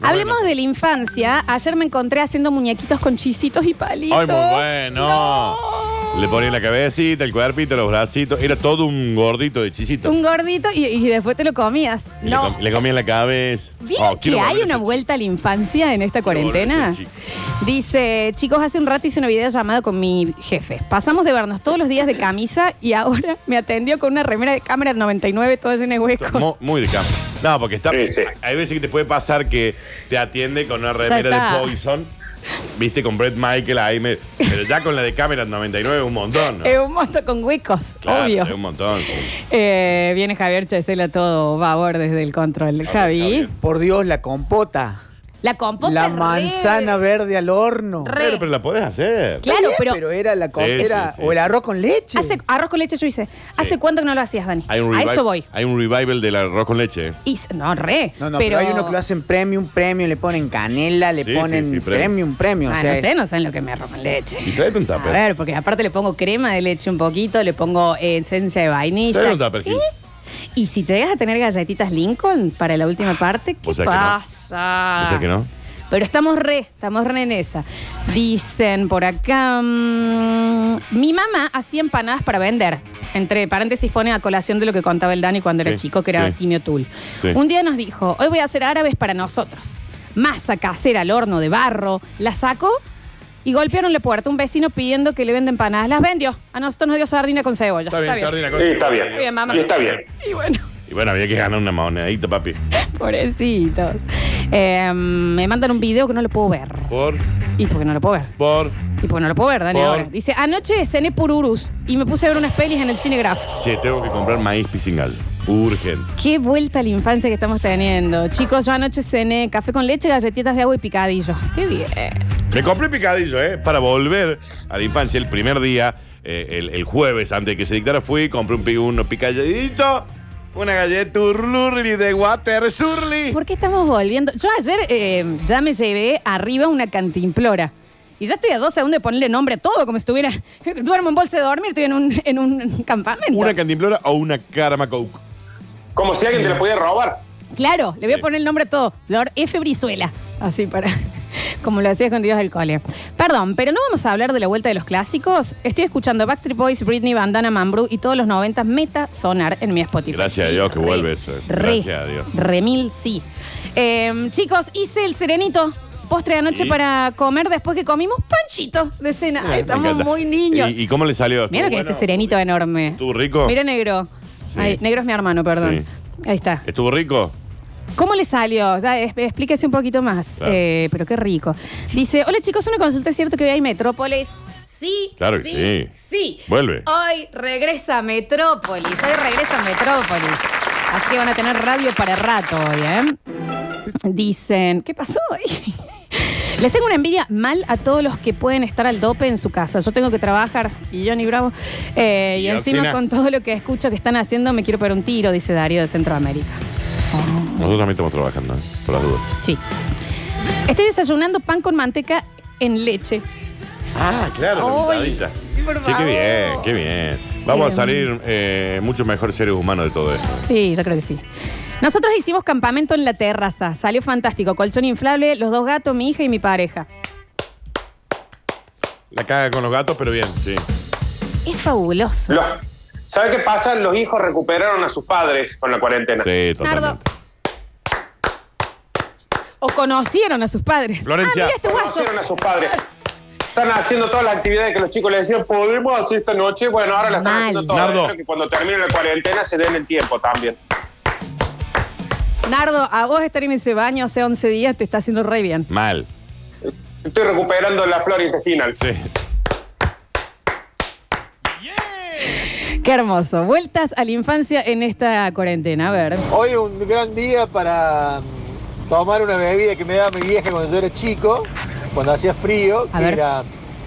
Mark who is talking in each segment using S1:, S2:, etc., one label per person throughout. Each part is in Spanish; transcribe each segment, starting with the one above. S1: Hablemos de la infancia. Ayer me encontré haciendo muñequitos con chisitos y palitos.
S2: Ay, muy bueno.
S1: No.
S2: Le ponía la cabecita, el cuerpito, los bracitos. Era todo un gordito de chisito.
S1: Un gordito y, y después te lo comías.
S2: Y
S1: No.
S2: Le, com- le comían la cabeza.
S1: ¿Vieron
S2: Oh,
S1: que
S2: quiero
S1: hay
S2: volver a
S1: una
S2: ser
S1: vuelta a la infancia en esta cuarentena?
S2: chico.
S1: Dice, chicos, hace un rato hice una video llamada con mi jefe. Pasamos de vernos todos los días de camisa y ahora me atendió con una remera de cámara 99 toda llena de
S2: chico.
S1: huecos.
S2: Mo- Muy de campo. No, porque está.
S3: Sí, sí.
S2: Hay veces que te puede pasar que te atiende con una remera
S1: está.
S2: de Poison. Viste, con Brett Michael ahí. me- pero ya con la de cámara 99 es un montón, ¿no?
S1: Es un monstruo con huecos,
S2: Claro,
S1: obvio.
S2: Es un montón. sí.
S1: Eh, viene Javier Chesela todo babor desde el control. Javi.
S2: Javier.
S4: Por Dios, la compota.
S1: La compota.
S4: la
S1: es re-
S4: manzana verde al horno.
S1: Re-
S2: Pero, pero la podés hacer.
S1: Claro,
S4: Está bien,
S1: pero-
S4: era la compota.
S2: Sí, sí, sí.
S4: O el arroz con leche.
S1: Hace, arroz con leche yo hice. ¿Hace cuánto que no lo hacías, Dani?
S2: Hay un
S1: A
S2: revival,
S1: eso voy.
S2: Hay un revival del arroz con leche. ¿eh?
S1: Y- no, re.
S4: No, no, pero, hay uno que lo hacen premium, premium, le ponen canela, le
S2: Sí, sí,
S4: ponen
S2: sí, premium.
S4: premium, premium.
S1: Ah,
S4: o sea,
S1: no,
S4: es-
S1: ustedes no saben lo que me arroz con leche.
S2: Y trae un
S1: A
S2: tupper.
S1: ver, porque aparte le pongo crema de leche un poquito, le pongo eh, esencia de
S2: Trae
S1: vainilla.
S2: un tupper, Gil.
S1: Y si te llegas a tener galletitas Lincoln para la última parte, ¿qué
S2: O sea Ah, que no.
S1: pasa?
S2: O sea que no.
S1: Pero estamos re, estamos re en esa. Dicen por acá, mm, mi mamá hacía empanadas para vender. Entre paréntesis pone a colación de lo que contaba el Dani cuando era
S2: Sí,
S1: chico, que era
S2: sí.
S1: Timio Tul.
S2: Sí.
S1: Un día nos dijo, hoy voy a hacer árabes para nosotros. Masa casera al horno de barro. La sacó y golpearon la puerta. Un vecino pidiendo que le venda empanadas. Las vendió. A nosotros nos dio sardina con cebolla.
S2: Está bien, sardina con
S3: Sí,
S2: cebolla.
S3: está bien.
S1: Está bien, mamá.
S3: Y está bien.
S1: Y bueno.
S2: Y bueno, había que ganar una monedita, papi.
S1: Pobrecitos. Eh, me mandan un video que no lo puedo ver.
S2: Por,
S1: Y porque no lo puedo ver.
S2: por.
S1: Y pues no lo puedo ver, Dani,
S2: Por-
S1: ahora. Dice, anoche cené pururus y me puse a ver unas pelis en el Cinegraf.
S2: Sí, tengo que comprar maíz pisingallo. Urgente.
S1: Qué vuelta a la infancia que estamos teniendo. Chicos, yo anoche cené café con leche, galletitas de agua y picadillo. Qué bien.
S2: Me compré picadillo, ¿eh? Para volver a la infancia el primer día, eh, el, el jueves, antes de que se dictara, fui, compré un pi- uno picadillito, una galleta urlurli de water surly.
S1: ¿Por qué estamos volviendo? Yo ayer eh, ya me llevé arriba una cantimplora. Y ya estoy a dos segundos de ponerle nombre a todo, como si estuviera... Duermo en bolsa de dormir, estoy en un, en un campamento.
S2: ¿Una cantimplora o una karma coke?
S3: Como si alguien te lo podía robar.
S1: Claro, le voy a
S2: Sí.
S1: poner el nombre a todo. Flor F. Brizuela. Así para. Como lo hacías con Dios del Cole. Perdón, pero no vamos a hablar de la vuelta de los clásicos. Estoy escuchando Backstreet Boys, Britney, Bandana, Mambrú y todos los 90 meta sonar en mi Spotify.
S2: Gracias a Dios que vuelve eso. Gracias a Dios.
S1: Remil, sí. Eh, chicos, hice el serenito. Postre de anoche
S2: ¿Y?
S1: para comer después que comimos panchito de cena. Ay,
S2: Me
S1: estamos
S2: encanta.
S1: muy niños.
S2: ¿Y, y cómo le salió?
S1: Mira lo que es
S2: ¿Estuvo
S1: este
S2: bueno?
S1: serenito enorme.
S2: ¿Estuvo rico?
S1: Mira negro.
S2: Sí.
S1: Ay, negro es mi hermano, perdón. Ahí está.
S2: ¿Estuvo rico?
S1: ¿Cómo le salió? Da, es- explíquese un poquito más.
S2: Claro.
S1: Eh, pero qué rico. Dice, hola chicos, una consulta, ¿es cierto que hoy hay Metrópolis? Sí.
S2: Claro que sí.
S1: Sí.
S2: Vuelve.
S1: Hoy regresa Metrópolis. Hoy regresa Metrópolis. Así que van a tener radio para rato hoy, ¿eh? Dicen, ¿qué pasó hoy? Les tengo una envidia mal a todos los que pueden estar al dope en su casa. Yo tengo que trabajar y Johnny Bravo. Eh, y,
S2: Y
S1: encima
S2: Alcina.
S1: con todo lo que escucho que están haciendo me quiero pegar un tiro, dice Darío de Centroamérica.
S2: Nosotros también estamos trabajando, ¿eh? por las dudas.
S1: Sí. Estoy desayunando pan con manteca en leche.
S2: Ah, claro,
S1: Ay,
S2: sentadita.
S1: por
S2: Sí, qué
S1: favor.
S2: bien, qué bien. Vamos a
S1: Bien.
S2: salir eh, muchos mejores seres humanos de todo esto.
S1: Sí, yo creo que sí. Nosotros hicimos campamento en la terraza. Salió fantástico. Colchón inflable, los dos gatos, mi hija y mi pareja.
S2: La caga con los gatos, pero bien, sí.
S1: Es fabuloso.
S3: Los- ¿Sabe qué pasa? Los hijos recuperaron a sus padres con la cuarentena.
S2: Sí,
S1: Nardo.
S2: totalmente.
S1: O conocieron a sus padres.
S2: Florencia.
S1: Ah, mira este guaso.
S3: Recuperaron a sus padres. Están haciendo todas las actividades que los chicos les decían, podemos hacer esta noche. Bueno, ahora las están
S1: Mal.
S3: haciendo todas.
S2: Nardo.
S3: Espero que cuando termine la cuarentena se den el tiempo también.
S1: Nardo, a vos estar en ese baño hace 11 días te está haciendo re bien.
S2: Mal.
S3: Estoy recuperando la flora intestinal.
S2: Sí.
S1: Qué hermoso. Vueltas a la infancia en esta cuarentena. A ver.
S5: Hoy es un gran día para mm, tomar una bebida que me daba mi vieja cuando yo era chico, cuando hacía frío,
S1: A
S5: que
S1: ver.
S5: era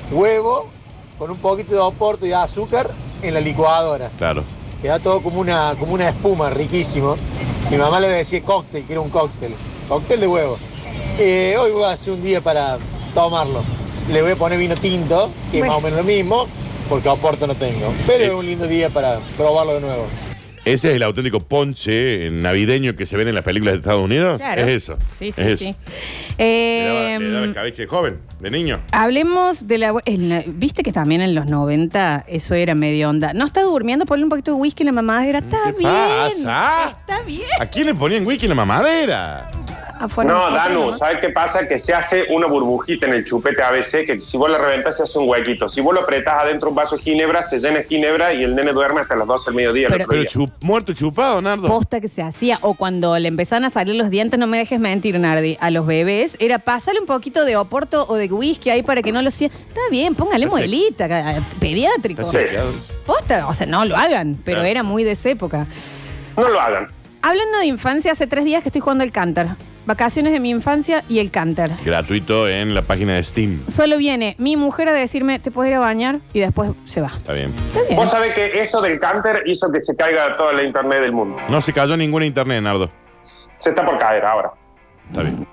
S5: huevo con un poquito de oporto y de azúcar en la licuadora.
S2: Claro.
S5: Queda todo como una, como una espuma, riquísimo. Mi mamá le decía cóctel, que era un cóctel, cóctel de huevo. Eh, hoy voy a hacer un día para tomarlo. Le voy a poner vino tinto, que es
S1: Bueno.
S5: más o menos lo mismo, porque oporto no tengo. Pero
S2: Eh.
S5: es un lindo día para probarlo de nuevo.
S2: Ese es el auténtico ponche navideño que se ven en las películas de Estados Unidos.
S1: Claro.
S2: Es eso.
S1: Sí, sí,
S2: es eso.
S1: sí.
S2: Le daba, le daba
S1: Em,
S2: el cabeza de joven, de niño.
S1: Hablemos de la, en la- Viste que también en los 90 eso era medio onda. No está durmiendo, ponle un poquito de whisky en la mamá. Era, está
S2: ¿Qué
S1: bien.
S2: pasa?
S1: Está bien.
S2: ¿A quién le ponían wiki en la mamadera?
S1: Afuera
S3: No,
S1: Pues nosotros
S3: Danu,
S1: nomás.
S3: ¿sabes qué pasa? Que se hace una burbujita en el chupete a veces, que si vos la reventás se hace un huequito. Si vos lo apretás adentro un vaso de ginebra, se llena de ginebra y el nene duerme hasta las 12 del mediodía. el
S1: Pero-
S3: otro
S2: Pero
S3: día.
S2: chup- muerto chupado, Nardo.
S1: posta que se hacía, o cuando le empezaban a salir los dientes, no me dejes mentir, Nardi, a los bebés, era pasarle un poquito de oporto o de whisky ahí para que no lo sientan. Está bien, póngale
S2: Está
S1: muelita, ca- pediátrico.
S2: Está chequeado.
S1: Posta, o sea, no lo hagan, pero
S2: Claro.
S1: era muy de esa época.
S3: No lo hagan.
S1: Hablando de infancia, hace tres días que estoy jugando el canter. Vacaciones de mi infancia y el canter.
S2: Gratuito en la página de Steam.
S1: Solo viene mi mujer a decirme, te puedes ir a bañar y después se va.
S2: Está bien.
S1: Está bien.
S3: Vos sabés que eso del canter hizo que se caiga toda la internet del mundo.
S2: No se cayó ninguna internet, Nardo.
S3: Se está por caer ahora.
S2: Está bien.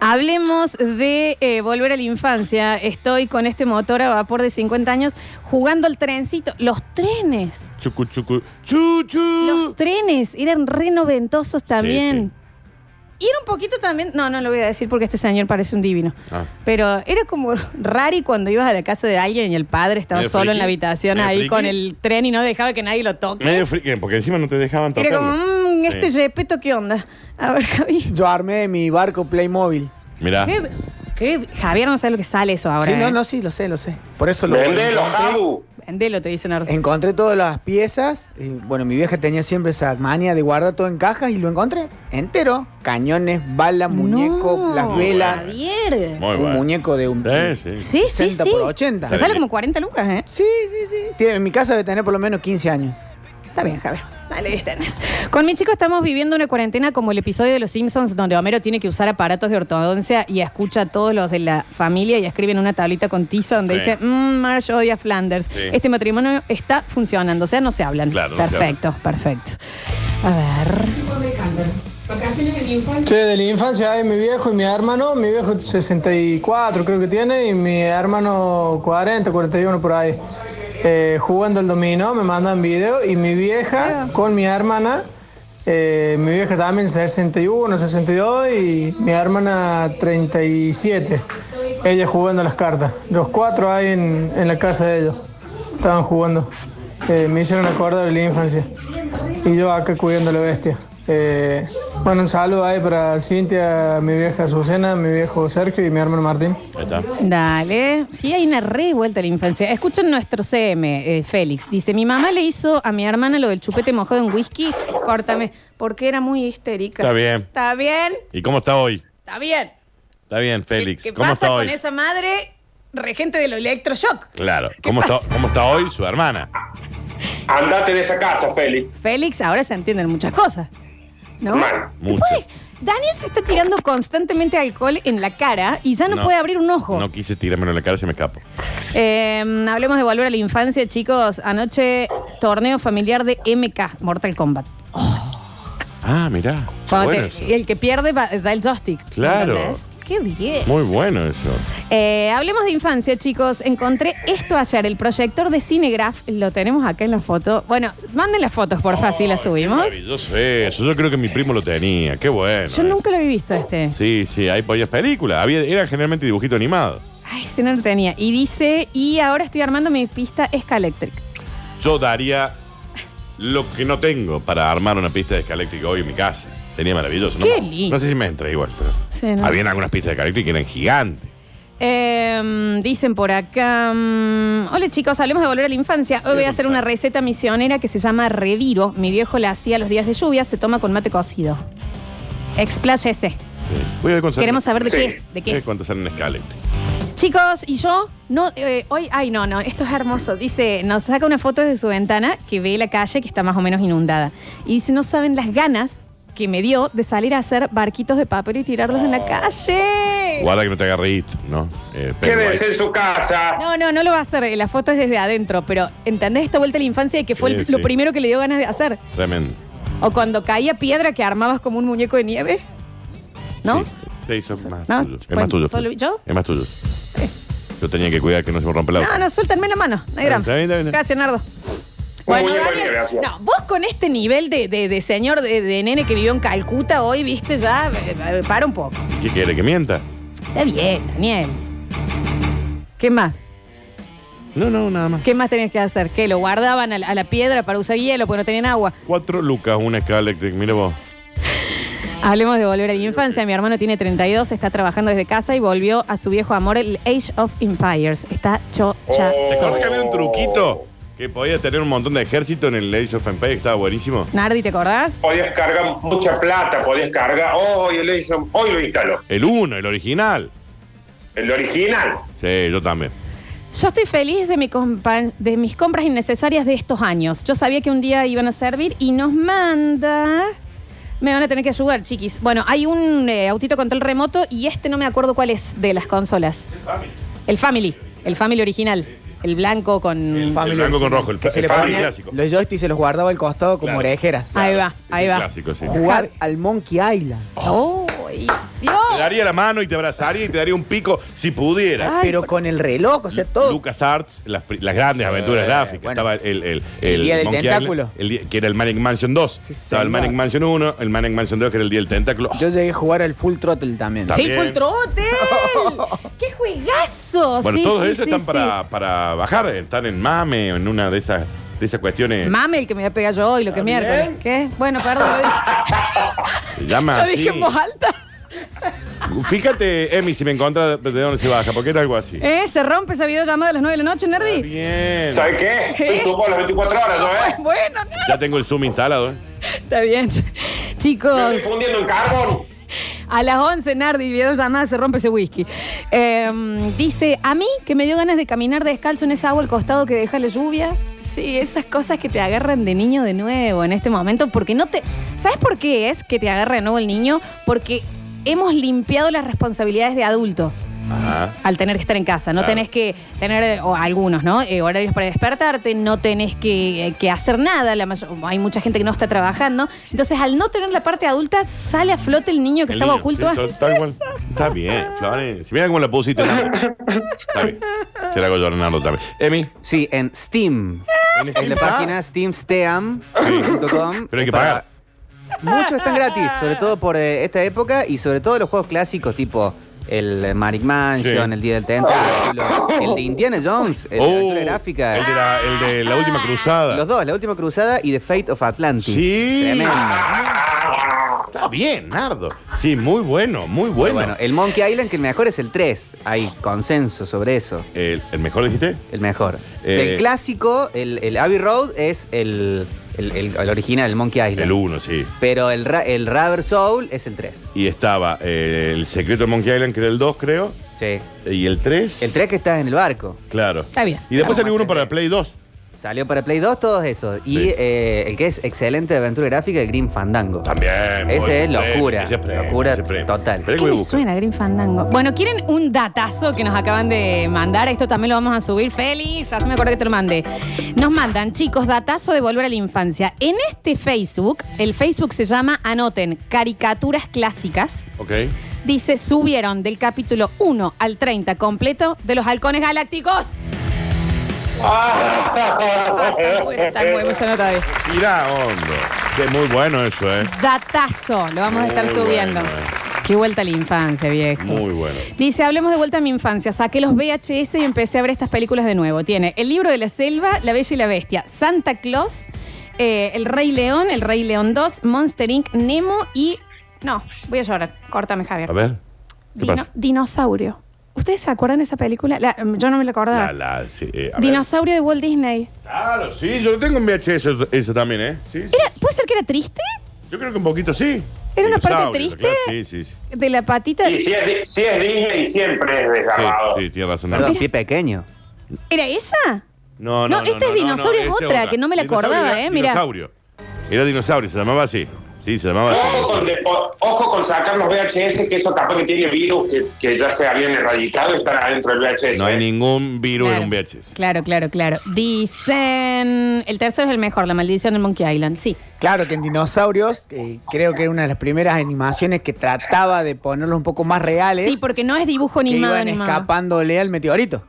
S1: Hablemos de eh, volver a la infancia. Estoy con este motor a vapor de 50 años jugando el trencito. Los trenes.
S2: Chucu, chucu. Chu,
S1: Los
S2: chu.
S1: trenes eran renoventosos también.
S2: Mm.
S1: Y
S2: Sí,
S1: era un poquito también. No, no lo voy a decir porque este señor parece un divino.
S2: Ah.
S1: Pero era como raro y cuando ibas a la casa de alguien y el padre estaba
S2: ¿Medio
S1: solo en la
S2: friki?
S1: habitación
S2: ¿Medio
S1: ahí
S2: friki?
S1: con el tren y no dejaba que nadie lo toque.
S2: Medio friki, porque encima no te dejaban tocar.
S1: Era como, "Mm, este Yepeto, ¿qué onda? A ver, Javi.
S4: Yo armé de mi barco Playmobil.
S2: Mirá.
S1: ¿Qué, qué- Javier no sabe lo que sale eso ahora.
S4: sí, no,
S1: ¿eh?
S4: no, sí, lo sé, lo sé. Por eso lo
S3: Vendelo, Jabu.
S1: Vendelo, te dicen Ardo.
S4: Encontré todas las piezas. y, bueno, mi vieja tenía siempre esa manía de guardar todo en cajas y lo encontré entero. Cañones, balas, muñeco,
S1: No,
S4: las velas.
S1: Javier.
S2: Muy
S4: un
S2: bueno.
S4: muñeco de un.
S2: Sí,
S1: Sí,
S2: sí.
S1: sí,
S4: 60
S1: sí.
S4: por 80.
S1: Te sale como 40 lucas, ¿eh?
S4: Sí, sí, sí. Tiene- en mi casa debe tener por lo menos 15 años.
S1: Está bien, Javier. Dale, ahí tenés. Con mi chico estamos viviendo una cuarentena como el episodio de Los Simpsons donde Homero tiene que usar aparatos de ortodoncia y escucha a todos los de la familia y escribe en una tablita con tiza donde
S2: Sí.
S1: dice, mmm, Marge odia Flanders.
S2: Sí.
S1: Este matrimonio está funcionando, o sea, no se hablan.
S2: Claro, no se
S1: perfecto, perfecto. A ver.
S6: Sí, de la infancia hay mi viejo y mi hermano. Mi viejo 64 creo que tiene y mi hermano 40, 41 por ahí. Eh, jugando el dominó, me mandan video y mi vieja con mi hermana, eh, mi vieja también 61, 62 y mi hermana 37. Ella jugando las cartas. Los cuatro ahí en, en la casa de ellos. Estaban jugando. Eh, me hicieron acordar de la infancia. Y yo acá cuidando a la bestia. Eh, bueno, un saludo ahí para Cintia, mi vieja Susana, mi viejo Sergio y mi hermano Martín.
S2: Ahí está.
S1: Dale, sí hay una revuelta a la infancia. Escuchen nuestro CM, eh, Félix. Dice, mi mamá le hizo a mi hermana lo del chupete mojado en whisky, córtame, porque era muy histérica.
S2: Está bien.
S1: Está bien,
S2: ¿Y cómo está hoy?
S1: está bien.
S2: Está bien, Félix.
S1: ¿Qué, qué
S2: ¿Cómo
S1: pasa
S2: está
S1: con
S2: hoy?
S1: esa madre regente de los electroshock?
S2: Claro. ¿Cómo está,
S1: pasa?
S2: ¿Cómo está hoy su hermana?
S3: Andate de esa casa, Feli.
S1: Félix, ahora se entienden muchas cosas. ¿No?
S3: Mal,
S1: ¿Te
S2: mucho.
S1: puede- Daniel se está tirando constantemente alcohol en la cara y ya no, puede abrir un ojo.
S2: No quise tirármelo en la cara, se me escapó.
S1: Eh, hablemos de volver a la infancia, chicos. Anoche, torneo familiar de MK, Mortal Kombat.
S2: Ah, mirá.
S1: Cuando
S2: Bueno
S1: te-
S2: eso.
S1: el que pierde va- da el joystick.
S2: Claro.
S1: ¿entendés? Qué bien.
S2: Muy bueno eso.
S1: Eh, hablemos de infancia, chicos. Encontré esto ayer, el proyector de Cinegraph. Lo tenemos acá en la foto. Bueno, manden las fotos, porfa, así las subimos.
S2: Maravilloso eso. Yo creo que mi primo lo tenía. Qué bueno.
S1: Yo
S2: eh.
S1: nunca lo había visto este.
S2: Sí, sí, ahí podías películas. Había, era generalmente dibujito animado.
S1: Ay, sí, no lo tenía. Y dice, y ahora estoy armando mi pista Scalectric.
S2: Yo daría lo que no tengo para armar una pista de escaléctrica hoy en mi casa. Sería maravilloso. No,
S1: Qué lindo.
S2: No sé si me entra igual, pero.
S1: Sí, ¿no?
S2: Habían algunas pistas de escaléctrica que eran gigantes.
S1: Eh, dicen por acá. mm, Hola chicos, hablemos de volver a la infancia. Hoy voy a hacer una receta misionera que se llama Reviro. Mi viejo la hacía los días de lluvia, se toma con mate cocido. Expláyese.
S2: Sí. Voy a ver cuánto sale-
S1: Queremos saber de qué
S3: Sí.
S1: es. De
S2: voy
S1: qué
S2: a ver
S1: es.
S2: cuánto sale una escaléctrica.
S1: Chicos, y yo, no, eh, hoy, ay, no, no, esto es hermoso. Dice, nos saca una foto desde su ventana que ve la calle que está más o menos inundada. Y dice, no saben las ganas que me dio de salir a hacer barquitos de papel y tirarlos en la calle.
S2: Guarda que no te agarre hit, ¿no? Eh, Pennywise.
S3: Quédense en su casa.
S1: No, no, no lo va a hacer. eh, La foto es desde adentro, pero ¿entendés esta vuelta a la infancia y que fue
S2: Sí,
S1: el- lo
S2: sí.
S1: primero que le dio ganas de hacer?
S2: Tremendo.
S1: O cuando caía piedra que armabas como un muñeco de nieve. ¿No?
S2: Sí. Te hizo más
S1: No,
S2: tuyo. Es
S1: bueno,
S2: más tuyo.
S1: ¿solo
S2: Flor.
S1: yo? Eh.
S2: Es más tuyo. Yo tenía que cuidar que no se me rompa el auto.
S1: No, no, suéltame la mano. No hay
S2: Está
S1: drama.
S2: bien, está bien, está bien.
S1: Gracias, Nardo. Bueno,
S3: Muy bien,
S1: Daniel,
S3: gracias.
S1: no, vos con este nivel de, de- de señor, de, de nene que vivió en Calcuta hoy, viste, ya, eh, eh, para un poco.
S2: ¿Qué quiere que mienta?
S1: Está bien, Daniel. ¿Qué más?
S2: No, no, nada más.
S1: ¿Qué más tenías que hacer? ¿Qué? ¿Lo guardaban a la, a la piedra para usar hielo porque no tenían agua?
S2: Cuatro lucas, una escala eléctrica, mire vos.
S1: Hablemos de volver a la infancia. Mi hermano tiene 32, está trabajando desde casa y volvió a su viejo amor, el Age of Empires. Está chocha.
S3: Oh.
S2: ¿Te
S1: sola.
S2: acuerdas que había un truquito? Que podías tener un montón de ejército en el Age of Empires, que estaba buenísimo.
S1: Nardi, ¿te acordás?
S3: Podías cargar mucha plata, podías cargar. Hoy el Age of- hoy lo instaló.
S2: El uno, el original.
S3: El original.
S2: Sí, yo también.
S1: Yo estoy feliz de, mi compa- de mis compras innecesarias de estos años. Yo sabía que un día iban a servir y nos manda. Me van a tener que ayudar, chiquis. Bueno, hay un eh, autito control remoto y este no me acuerdo cuál es de las consolas. El Family. El Family original. El blanco con.
S2: El blanco con rojo, el,
S4: Que se
S2: el
S4: le
S2: Family
S4: ponía-
S2: clásico.
S4: Los joysticks se los guardaba al costado como
S2: Claro.
S4: orejeras.
S1: Ahí va,
S2: Claro, es
S1: ahí
S2: el
S1: va.
S2: Clásico, sí.
S4: Jugar al Monkey Island.
S1: ¡Ay,
S2: Te
S1: Dios!
S2: daría la mano y te abrazaría y te daría un pico si pudiera.
S1: Ay,
S4: pero con el reloj, o sea, todo.
S2: Lucas Arts, las, pri- las grandes aventuras
S4: Eh,
S2: gráficas.
S4: bueno.
S2: Estaba el, el,
S4: El día del
S2: Monkey
S4: tentáculo.
S2: Island, el día- que era el Manic Mansion 2.
S4: Sí,
S2: Estaba el
S4: señor.
S2: Manic Mansion 1, el Manic Mansion 2, que era el día del tentáculo.
S4: Yo llegué a jugar al Full Throttle también.
S2: Está
S1: ¡Sí,
S2: bien.
S1: Full Throttle! ¡Qué juegazo!
S2: Oh, bueno,
S1: sí,
S2: todos
S1: sí,
S2: esos
S1: sí,
S2: están
S1: sí.
S2: para, para bajar, están en Mame o en una de esas, de esas cuestiones.
S1: Mame el que me voy a pegar yo hoy, lo que es
S2: Está
S1: miércoles.
S2: bien.
S1: ¿Qué? Bueno, perdón, lo dije,
S2: Se llama
S1: lo dije
S2: así.
S1: en voz alta.
S2: Fíjate, Emi, si me encuentra de dónde se baja, porque era algo así.
S1: ¿Eh? ¿Se rompe esa videollamada a las 9 de la noche,
S2: Está
S1: Nerdy?
S2: bien.
S3: ¿Sabes qué? Estoy tumbado las 24 horas, ¿no?
S1: Pues
S3: ¿eh?
S1: bueno, no.
S2: Ya tengo el Zoom instalado. ¿eh?
S1: Está bien.
S3: Me
S1: Chicos,
S3: estoy fundiendo en carbón.
S1: a las 11, Nardi, videollamada, se rompe ese whisky. Eh, dice, a mí que me dio ganas de caminar descalzo en esa agua al costado que deja la lluvia. Sí, esas cosas que te agarran de niño de nuevo en este momento, porque no te... ¿Sabes por qué es que te agarra de nuevo el niño? Porque hemos limpiado las responsabilidades de adultos.
S2: Ajá.
S1: al tener que estar en casa. No
S2: Claro.
S1: tenés que tener, eh, o algunos, ¿no? Eh, horarios para despertarte, no tenés que, eh, que hacer nada. La mayo- hay mucha gente que no está trabajando. Entonces, al no tener la parte adulta, sale a flote el niño que
S2: El
S1: estaba
S2: niño,
S1: oculto.
S2: sí,
S1: antes.
S2: está, está igual. Está bien, Florencia. Mira cómo la pusiste. ¿no? Está bien. Se la hago yo a Leonardo también. Emi.
S7: Sí, en Steam. En la
S2: Está.
S7: página steamsteam.com.
S2: Pero hay que
S7: Para-
S2: pagar.
S7: Muchos están gratis, sobre todo por eh, esta época y sobre todo los juegos clásicos tipo el Maric Mansion,
S2: Sí.
S7: el Día del Tentáculo, el de Indiana Jones, el de
S2: Oh,
S7: Aventura Gráfica. ¿eh?
S2: El de la, el de la última cruzada.
S7: Los dos, La Última Cruzada y The Fate of Atlantis.
S2: Ah. Sí.
S7: Tremendo.
S2: Está bien, Nardo. Sí, muy bueno, muy
S7: Pero
S2: bueno.
S7: bueno, el Monkey Island, que el mejor es el 3. Hay consenso sobre eso.
S2: el, el mejor dijiste.
S7: El mejor. O sea,
S2: Eh,
S7: el clásico, el, el Abbey Road, es el, el- el- el original, el Monkey Island.
S2: El 1, sí.
S7: Pero el, ra- el Rubber Soul es el 3.
S2: Y estaba eh, el secreto de Monkey Island, que era el 2, creo.
S7: Sí.
S2: Y el 3.
S7: El 3 que estás en el barco.
S2: Claro.
S1: Está bien.
S2: Y
S7: Vamos,
S2: después salió uno
S7: bastante.
S2: para el Play 2.
S7: Salió para Play 2 todos esos. Y
S2: Sí.
S7: eh, el que es excelente de aventura gráfica, el Green Fandango.
S2: También.
S7: Ese
S2: bueno,
S7: es locura,
S2: ese es premio,
S7: locura
S2: ese es premio.
S7: total.
S2: Espera que
S1: ¿Qué
S2: voy a
S1: me
S2: buscar.
S1: suena Green Fandango? Bueno, ¿quieren un datazo que nos acaban de mandar? Esto también lo vamos a subir. Félix, hazme acordar que te lo mandé. Nos mandan, chicos, datazo de volver a la infancia. En este Facebook, el Facebook se llama, anoten, caricaturas clásicas.
S2: Ok.
S1: Dice, subieron del capítulo 1 al 30 completo de los halcones galácticos. Ah, está bueno, está bueno, eso no todavía.
S2: Mirá, hondo. Que muy bueno eso, ¿eh?
S1: Datazo, lo vamos a estar
S2: Muy
S1: subiendo.
S2: bueno, eh.
S1: Qué vuelta a la infancia, viejo.
S2: Muy bueno.
S1: Dice, hablemos de vuelta a mi infancia. Saqué los VHS y empecé a ver estas películas de nuevo. Tiene El libro de la selva, La Bella y la Bestia, Santa Claus, eh, El Rey León, El Rey León 2, Monster Inc., Nemo y... No, voy a llorar. Córtame, Javier.
S2: A ver. ¿Qué
S1: Dino-
S2: pasa?
S1: dinosaurio. ¿Ustedes se acuerdan de esa película? La- mm, yo no me la acordaba.
S2: La, la, sí, eh, a ver.
S1: dinosaurio de Walt Disney.
S2: Claro, sí, yo tengo en VHS eso, eso también, ¿eh? Sí, sí.
S1: Era- ¿Puede ser que era triste?
S2: Yo creo que un poquito sí.
S1: ¿Era una parte
S2: Dinosaurio,
S1: triste?
S2: claro, sí, sí, sí.
S1: De la patita.
S3: Y si es, di- si es Disney, siempre es
S2: Sí,
S3: desgarrado.
S2: sí, tiene razón.
S4: Ah,
S7: Perdón, pie pequeño.
S1: ¿Era esa?
S2: No,
S1: No, este es dinosaurio, es
S2: esa
S1: otra, que no me la
S2: Dinosaurio
S1: acordaba,
S2: era
S1: ¿eh? Mirá.
S2: Dinosaurio. Era dinosaurio, se llamaba así. Sí, se llamaba así.
S3: Ojo con,
S2: dinosaurio.
S3: de- o- ojo con sacar los VHS, que eso capaz que tiene virus que, que ya se habían erradicado y están adentro del VHS.
S2: No hay
S3: ¿eh?
S2: ningún virus
S1: Claro.
S2: en un VHS.
S1: Claro, claro, claro. Dicen. El tercero es el mejor, La Maldición del Monkey Island. Sí.
S4: Claro que en Dinosaurios, eh, creo que era una de las primeras animaciones que trataba de ponerlos un poco más reales.
S2: ¿eh?
S1: Sí, porque no es dibujo
S4: que
S1: animado.
S4: iban
S1: animado.
S4: escapándole al meteorito.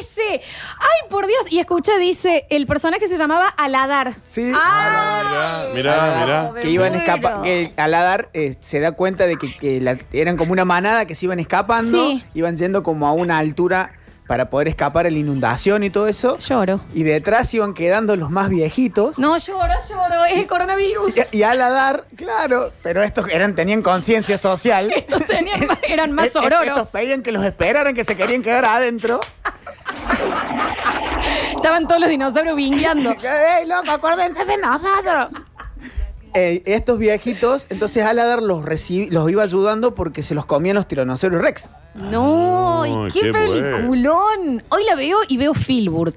S1: ese. Ay, por Dios. Y escucha, dice, el personaje se llamaba Aladar.
S4: Sí.
S1: Ah,
S2: Mirá, mirá, mirá.
S1: me
S4: que iban
S1: muero.
S4: escapa que al Adar eh, se da cuenta de que, que la- eran como una manada que se iban escapando,
S1: Sí.
S4: iban yendo como a una altura para poder escapar a la inundación y todo eso,
S1: Lloro.
S4: y detrás iban quedando los más viejitos.
S1: No, lloro, lloro. Es el coronavirus.
S4: Y, y al Adar, claro, pero estos eran tenían conciencia social.
S1: Estos tenían más- eran
S4: Eh,
S1: más
S4: eh,
S1: ororos.
S4: Estos pedían que los esperaran, que se querían quedar adentro.
S1: Estaban todos los dinosaurios vingueando.
S4: ¡Ey, loco, acuérdense de nosotros! Eh, estos viejitos, entonces Aladar los, recibi- los iba ayudando porque se los comían los tiranosaurios Rex.
S1: No, y
S2: Ay,
S1: qué,
S2: qué
S1: peliculón. Hoy la veo y veo Filbert.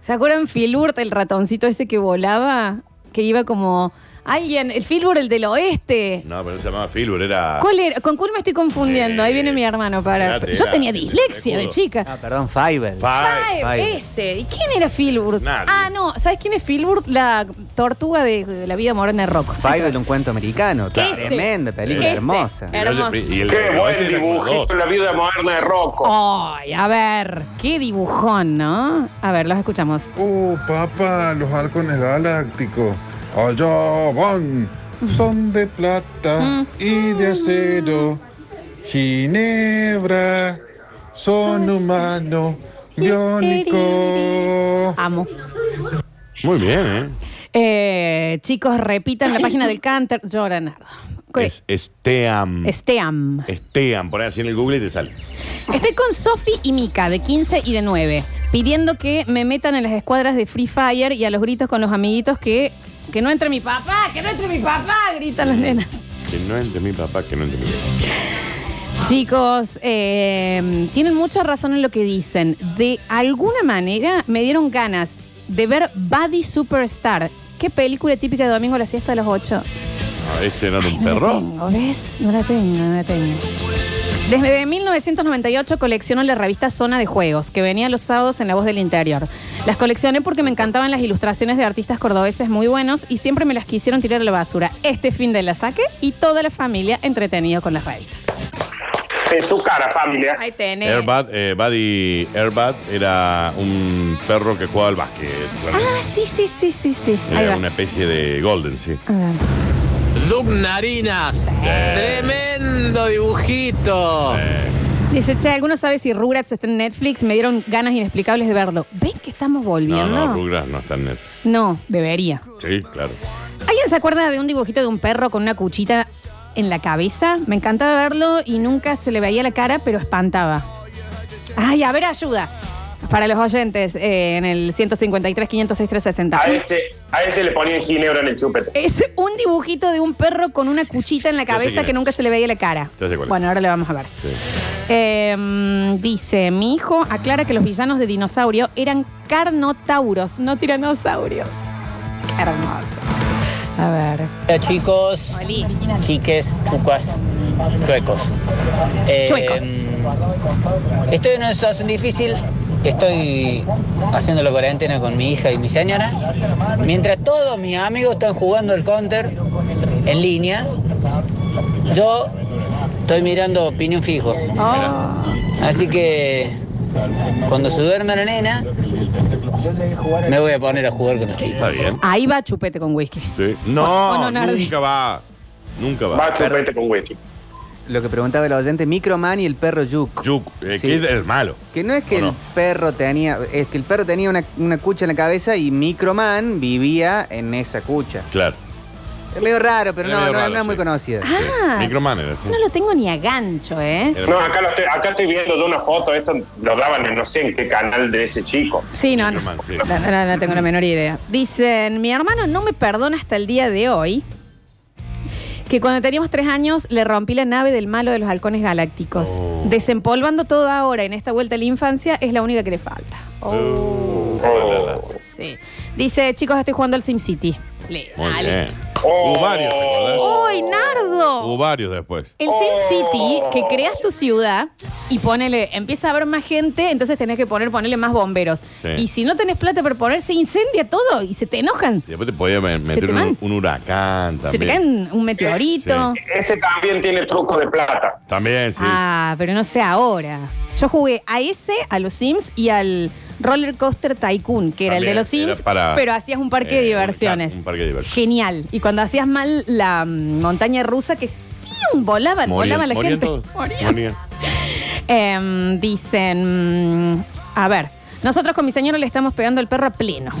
S1: ¿Se acuerdan Filbert, el ratoncito ese que volaba? Que iba como. Alguien, el Filbert, el del oeste.
S2: No, pero no se llamaba Filbur, era.
S1: ¿Cuál era? ¿Con cuál me estoy confundiendo? Ahí
S2: Eh,
S1: viene mi hermano para.
S2: espérate,
S1: Yo
S2: era
S1: tenía
S2: el del
S1: dislexia de
S2: escudo.
S1: chica.
S7: Ah, perdón, Fiverr.
S1: Five,
S2: Five.
S7: Five.
S1: ese. ¿Y quién era Filbert?
S2: Nadie.
S1: Ah, no. ¿Sabes quién es Filbert? La tortuga de, de la vida morena de Rocco.
S7: Fiverr, un cuento americano.
S1: Ese.
S7: Tremenda película,
S1: Ese.
S7: hermosa.
S1: Eh. Hermoso.
S2: Y el
S3: Qué
S2: el-
S3: buen
S2: este era como
S3: dibujito,
S2: dos.
S3: la vida moderna de Rocco.
S1: Oh. Ay, a ver. Qué dibujón, ¿no? A ver, los escuchamos.
S2: Uh.
S8: Oh, papá, los halcones galácticos. Allá van. Son de plata
S1: Mm.
S8: y de acero. Ginebra. Son humano, biónico.
S1: Amo.
S2: Muy bien, ¿eh?
S1: Eh, chicos, repitan la página del Canter. Lloran.
S2: Es, mm. es Team.
S1: Esteam.
S2: Es Team. Poné así en el Google y te sale.
S1: este Estoy con Sofi y Mika, de 15 y de 9, pidiendo que me metan en las escuadras de Free Fire y a los gritos con los amiguitos que, que no entre mi papá, que no entre mi papá, gritan las nenas.
S2: Que no entre mi papá, que no entre mi papá.
S1: Chicos, eh, tienen mucha razón en lo que dicen. De alguna manera me dieron ganas de ver Buddy Superstar. ¿Qué película típica de domingo a la siesta de las 8?
S2: Ah, ese era un
S1: No la
S2: perro.
S1: tengo, ¿ves? No la tengo, no la tengo. Desde 1998 colecciono la revista Zona de Juegos, que venía los sábados en La Voz del Interior. Las coleccioné porque me encantaban las ilustraciones de artistas cordobeses muy buenos y siempre me las quisieron tirar a la basura. Este fin de la saqué y toda la familia entretenida con las revistas.
S3: En su cara, familia.
S1: Ahí tenés.
S2: Airbad, eh, Buddy Airbad era un perro que jugaba al básquet.
S1: Ah, sí, sí, sí, sí, sí. Ahí
S2: Era
S1: va.
S2: una especie de Golden, sí.
S1: A ver.
S9: Doug Narinas. Tremendo dibujito.
S1: Dice, che, ¿alguno sabe si Rugrats está en Netflix? Me dieron ganas inexplicables de verlo. ¿Ven que estamos
S2: No,
S1: volviendo?
S2: no, Rugrats no está en Netflix.
S1: no debería.
S2: Sí, claro.
S1: ¿Alguien se acuerda de un dibujito de un perro con una cuchita en la cabeza? Me encantaba verlo y nunca se le veía la cara, pero espantaba. Ay, a ver, ayuda. Para los oyentes, eh, en el 153, 506,
S3: A
S1: 360.
S3: ese, a ese le ponían ginebra en el chupete.
S1: Es un dibujito de un perro con una cuchita en la
S2: Ya sé
S1: cabeza
S2: quién
S1: que
S2: es.
S1: nunca se le veía la cara.
S2: Ya sé cuál es.
S1: Bueno, ahora le vamos a ver.
S2: Sí.
S1: Eh, dice, mi hijo aclara que los villanos de dinosaurio eran carnotauros, no tiranosaurios. Hermoso. A ver.
S10: Hola chicos, chiques, chucas, chuecos. Eh,
S1: Chuecos.
S10: Estoy en una situación difícil. Estoy haciendo la cuarentena con mi hija y mi señora. Mientras todos mis amigos están jugando el counter en línea, yo estoy mirando opinión fijo.
S1: Oh.
S10: Así que cuando se duerma la nena, me voy a poner a jugar con los chicos.
S2: Está bien.
S1: Ahí va chupete con whisky.
S2: Sí. No,
S1: Ah. O- o no, Nardi.
S2: nunca va. Nunca va.
S3: Va a chupete con whisky.
S7: Lo que preguntaba el oyente, Microman y el perro Yuk.
S2: Yuk, eh,
S7: Sí.
S2: que es malo.
S7: Que no es que
S2: ¿O no?
S7: el perro tenía, es que el perro tenía una, una cucha en la cabeza y Microman vivía en esa cucha.
S2: Claro.
S7: Es medio raro, pero
S2: Era
S7: no,
S2: medio
S7: no,
S2: raro,
S7: no es
S2: sí.
S7: muy conocida.
S2: Sí.
S1: Ah.
S2: Microman era.
S1: Eso
S2: sí.
S1: no lo tengo ni a gancho, ¿eh?
S2: Era-
S3: No, acá, lo estoy, acá estoy viendo yo una foto. Esto lo daban en no sé en qué canal de ese chico.
S1: Sí, no, no.
S2: Microman, sí.
S1: No, no, no, no tengo la menor idea. Dicen, mi hermano no me perdona hasta el día de hoy que cuando teníamos tres años le rompí la nave del malo de los halcones galácticos.
S2: Oh.
S1: Desempolvando todo ahora en esta vuelta a la infancia es la única que le falta. Oh,
S2: Uh,
S3: Oh.
S1: sí. Dice, chicos, estoy jugando al SimCity. Le-
S2: Muy
S1: dale.
S2: bien.
S3: Oh.
S2: Hubo varios, ¿te acordás?
S1: ¡Uy, Nardo! Eh.
S2: Hubo varios después.
S1: El SimCity, que creas tu ciudad, y ponele, empieza a haber más gente, entonces tenés que poner, ponerle más bomberos.
S2: Sí.
S1: Y si no tenés plata para poner, se incendia todo y se te enojan.
S2: Y después te podía me- meter
S1: te van.
S2: un, un huracán
S1: Se te
S2: también.
S1: caen un meteorito.
S3: Ese también tiene truco de plata.
S2: También, sí.
S1: Ah, pero no sé ahora. Yo jugué a ese, a los Sims y al Roller Coaster Tycoon, que era el
S2: También,
S1: de los
S2: era
S1: Sims,
S2: para-
S1: pero hacías un parque de
S2: Eh,
S1: diversiones.
S2: Un parque de diversiones.
S1: Genial. Y cuando hacías mal la mm, montaña rusa, que es- ¡pium! volaban,
S2: Morían-
S1: volaban la
S2: morían
S1: gente.
S2: todos.
S1: Morían.
S2: Morían.
S1: Em, dicen, mm, a ver, nosotros con mi señora le estamos pegando el perro a pleno.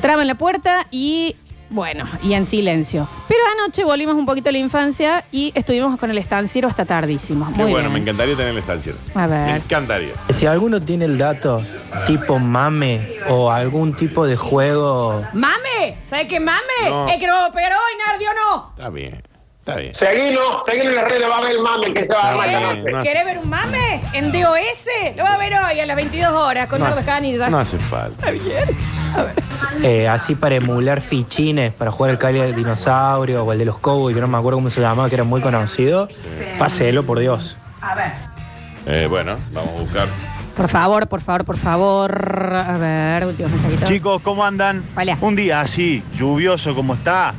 S1: Traban la puerta y, bueno, y en silencio. Pero anoche volvimos un poquito a la infancia y estuvimos con el estanciero hasta tardísimo.
S2: Qué
S1: Muy
S2: bueno, me
S1: bien.
S2: encantaría tener el estanciero.
S1: A ver.
S2: Me encantaría.
S11: Si alguno tiene el dato tipo mame o algún tipo de juego
S1: ¡Mame! ¿Sabes qué mame?
S11: No.
S1: Es que no vamos a pegar hoy, Nardio, no.
S2: Está bien, está bien.
S3: Seguilo, seguilo en las redes, va a ver el mame que se va a armar esta
S2: Está
S3: noche.
S2: bien, no hace-
S1: ¿Querés ver un mame? En DOS lo va a ver hoy a las 22 horas con
S11: No.
S1: Nardo Jani.
S11: No
S2: hace falta.
S1: Está bien.
S11: eh, así para emular fichines, para jugar al Cali del Dinosaurio o el de los Cowboys, que no me acuerdo cómo se llamaba, que era muy conocido, páselo, por Dios.
S1: A ver.
S2: Eh, bueno, vamos a buscar.
S1: Por favor, por favor, por favor. A ver, últimos mensajitos.
S12: Chicos, ¿cómo andan? Un día así, lluvioso como está.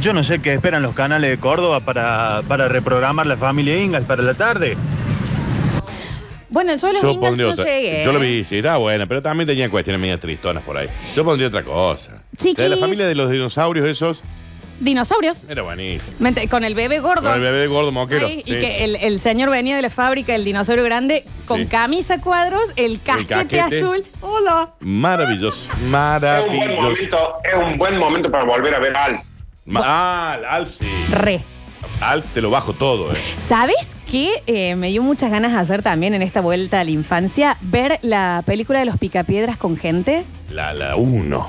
S12: Yo no sé qué esperan los canales de Córdoba para, para reprogramar la familia Ingalls para la tarde.
S1: Bueno, yo a los
S2: Yo
S1: Ingalls
S2: pondría
S1: no
S2: otra.
S1: llegué.
S2: Yo lo vi, sí, estaba buena, pero también tenía cuestiones medio tristonas por ahí. Yo pondría otra cosa.
S1: Chiquis.
S2: La de la familia de los dinosaurios esos
S1: Dinosaurios.
S2: era buenísimo.
S1: Mente- Con el bebé gordo.
S2: Con el bebé gordo moquero.
S1: Ay,
S2: sí.
S1: Y que eh, el, el señor venía de la fábrica del dinosaurio grande con
S2: Sí.
S1: camisa cuadros, el casquete,
S2: casquete.
S1: azul. Hola.
S2: Maravilloso,
S3: Es un buen
S2: maravilloso.
S3: momento, es un buen momento para volver a ver a Alf.
S2: Ma- ah, el Alf sí.
S1: Re.
S2: Alf te lo bajo todo, eh.
S1: ¿Sabes qué? Eh, me dio muchas ganas ayer también en esta vuelta a la infancia ver la película de los picapiedras con gente.
S2: La, la uno.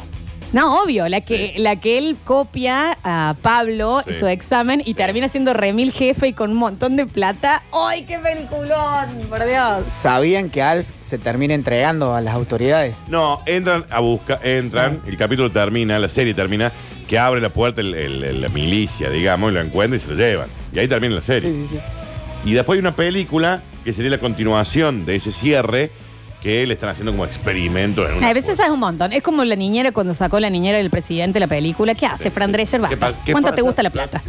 S1: No, obvio, la que, la que él copia a Pablo
S2: Sí.
S1: su examen y termina siendo remil jefe y con un montón de plata. ¡Ay, qué peliculón! Por Dios.
S4: ¿Sabían que Alf se termina entregando a las autoridades?
S2: No, entran a buscar, entran,
S1: Ah.
S2: el capítulo termina, la serie termina, que abre la puerta el- el- el- la milicia, digamos, y lo encuentran y se lo llevan. Y ahí termina la serie. Y después hay una película que sería la continuación de ese cierre que le están haciendo como experimento en una
S1: A veces ya es un montón. Es como la niñera cuando sacó la niñera del presidente la película. ¿Qué hace Fran Drescher?
S2: ¿Qué
S1: Basta.
S2: pa- qué
S1: ¿Cuánto
S2: pasa?
S1: te gusta la plata?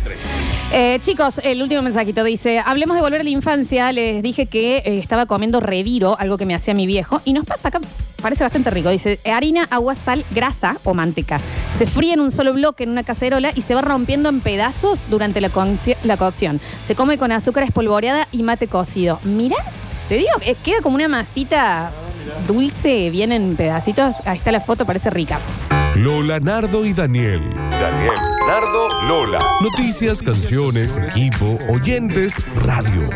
S1: Eh, chicos, el último mensajito dice, hablemos de volver a la infancia. Les dije que eh, estaba comiendo reviro, algo que me hacía mi viejo, y nos pasa acá, parece bastante rico. Dice, eh, harina, agua, sal, grasa o manteca. Se fríe en un solo bloque en una cacerola y se va rompiendo en pedazos durante la, conci- la cocción. Se come con azúcar espolvoreada y mate cocido. Mira, te digo, eh, queda como una masita dulce, vienen pedacitos. Ahí está la foto, parece ricas.
S13: Lola, Nardo y Daniel. Daniel, Nardo, Lola. Noticias, canciones, equipo, oyentes, radio.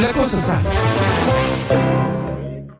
S13: La cosa sana.